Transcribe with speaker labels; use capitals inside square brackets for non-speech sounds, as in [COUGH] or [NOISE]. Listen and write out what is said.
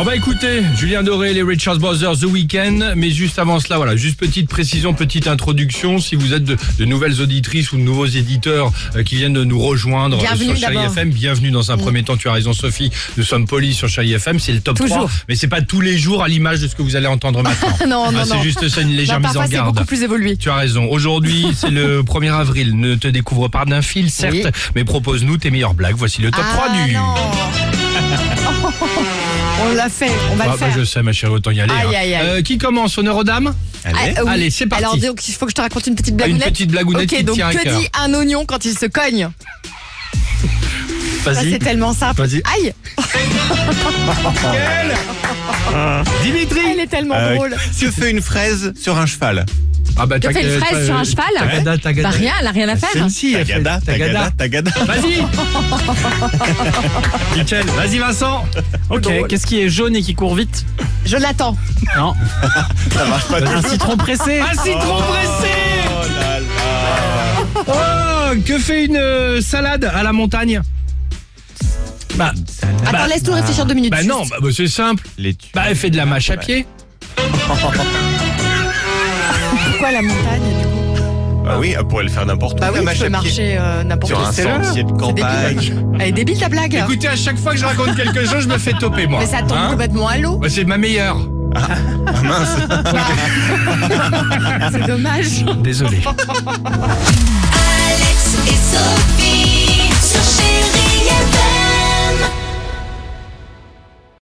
Speaker 1: On va écouter Julien Doré, les Richards Brothers, The Weeknd. Mais juste avant cela, voilà, juste petite précision, petite introduction. Si vous êtes de, de nouvelles auditrices ou de nouveaux éditeurs euh, qui viennent de nous rejoindre euh,
Speaker 2: Bienvenue
Speaker 1: sur Chéri
Speaker 2: d'abord. Mm.
Speaker 1: FM, bienvenue dans un premier temps. Tu as raison, Sophie. Nous sommes polis sur Chéri FM. C'est le top
Speaker 2: Toujours.
Speaker 1: 3. Mais c'est pas tous les jours à l'image de ce que vous allez
Speaker 2: [LAUGHS]
Speaker 1: entendre maintenant.
Speaker 2: Non, non,
Speaker 1: Ah,
Speaker 2: non.
Speaker 1: C'est juste ça, une légère
Speaker 2: Bah,
Speaker 1: mise en
Speaker 2: parfois, c'est
Speaker 1: garde.
Speaker 2: beaucoup plus évolué.
Speaker 1: Tu as raison. Aujourd'hui,
Speaker 2: [LAUGHS]
Speaker 1: c'est le 1er avril. Ne te découvre pas d'un fil, certes,
Speaker 2: Oui.
Speaker 1: mais propose-nous tes meilleures blagues. Voici le top 3
Speaker 2: Ah,
Speaker 1: du.
Speaker 2: non. [LAUGHS] On l'a fait, on va
Speaker 1: Ah,
Speaker 2: le
Speaker 1: bah,
Speaker 2: faire.
Speaker 1: je sais, ma chérie, autant y aller.
Speaker 2: Aïe,
Speaker 1: hein.
Speaker 2: aïe, aïe.
Speaker 1: Euh, qui commence Honneur aux dames
Speaker 2: Ah, oui.
Speaker 1: Allez, c'est parti.
Speaker 2: Alors donc, il faut que je te raconte une petite
Speaker 1: Ah, une
Speaker 2: blagounette.
Speaker 1: petite blagounette qui
Speaker 2: Ok,
Speaker 1: te
Speaker 2: donc
Speaker 1: tient à
Speaker 2: que
Speaker 1: cœur.
Speaker 2: dit un oignon quand il se cogne Ça,
Speaker 1: Vas-y.
Speaker 2: c'est tellement simple.
Speaker 1: Vas-y.
Speaker 2: Aïe,
Speaker 1: [LAUGHS] Dimitri
Speaker 2: elle est tellement
Speaker 3: Euh,
Speaker 2: drôle.
Speaker 3: Que fait une fraise sur un cheval
Speaker 1: Ah bah,
Speaker 2: Tu
Speaker 1: t'as-
Speaker 2: fais une
Speaker 1: t'as-
Speaker 2: fraise
Speaker 1: t'as-
Speaker 2: sur un cheval
Speaker 1: Tagada, tagada.
Speaker 2: Bah rien, elle a rien à faire.
Speaker 1: Celle-ci, elle fait-
Speaker 3: Tagada, tagada, tagada.
Speaker 2: Bah. [LAUGHS]
Speaker 1: Vas-y Nickel, vas-y Vincent
Speaker 4: Ok,
Speaker 2: Drôle.
Speaker 4: qu'est-ce qui est jaune et qui court vite
Speaker 2: Je l'attends.
Speaker 4: Non,
Speaker 3: Ça marche [LAUGHS] pas
Speaker 4: un
Speaker 3: toujours.
Speaker 4: citron pressé.
Speaker 1: Un Ah, citron pressé
Speaker 3: Oh là là.
Speaker 1: Oh, que fait une euh, salade à la montagne Bah,
Speaker 2: Attends, laisse-nous réfléchir deux minutes.
Speaker 1: bah
Speaker 2: juste.
Speaker 1: non, bah, bah, c'est simple.
Speaker 3: Les tu-
Speaker 1: Bah, elle fait de la mâche à pied.
Speaker 2: Pourquoi la montagne du coup
Speaker 3: Bah oui, elle pourrait le faire n'importe où.
Speaker 2: Bah oui,
Speaker 3: la
Speaker 2: tu peux
Speaker 3: mâche à pied.
Speaker 2: marcher euh, n'importe où.
Speaker 3: Sur un
Speaker 2: C'est là.
Speaker 3: sentier de campagne.
Speaker 2: Elle est débile ta blague.
Speaker 1: Écoutez, à chaque fois que je raconte quelque chose, je me fais toper, moi.
Speaker 2: Mais ça tombe
Speaker 1: Hein
Speaker 2: complètement à l'eau.
Speaker 1: Bah, c'est ma meilleure.
Speaker 3: Ah mince.
Speaker 1: bah.
Speaker 2: C'est dommage.
Speaker 1: [LAUGHS]
Speaker 2: [LAUGHS]
Speaker 1: Désolé.
Speaker 5: Alex et Sophie.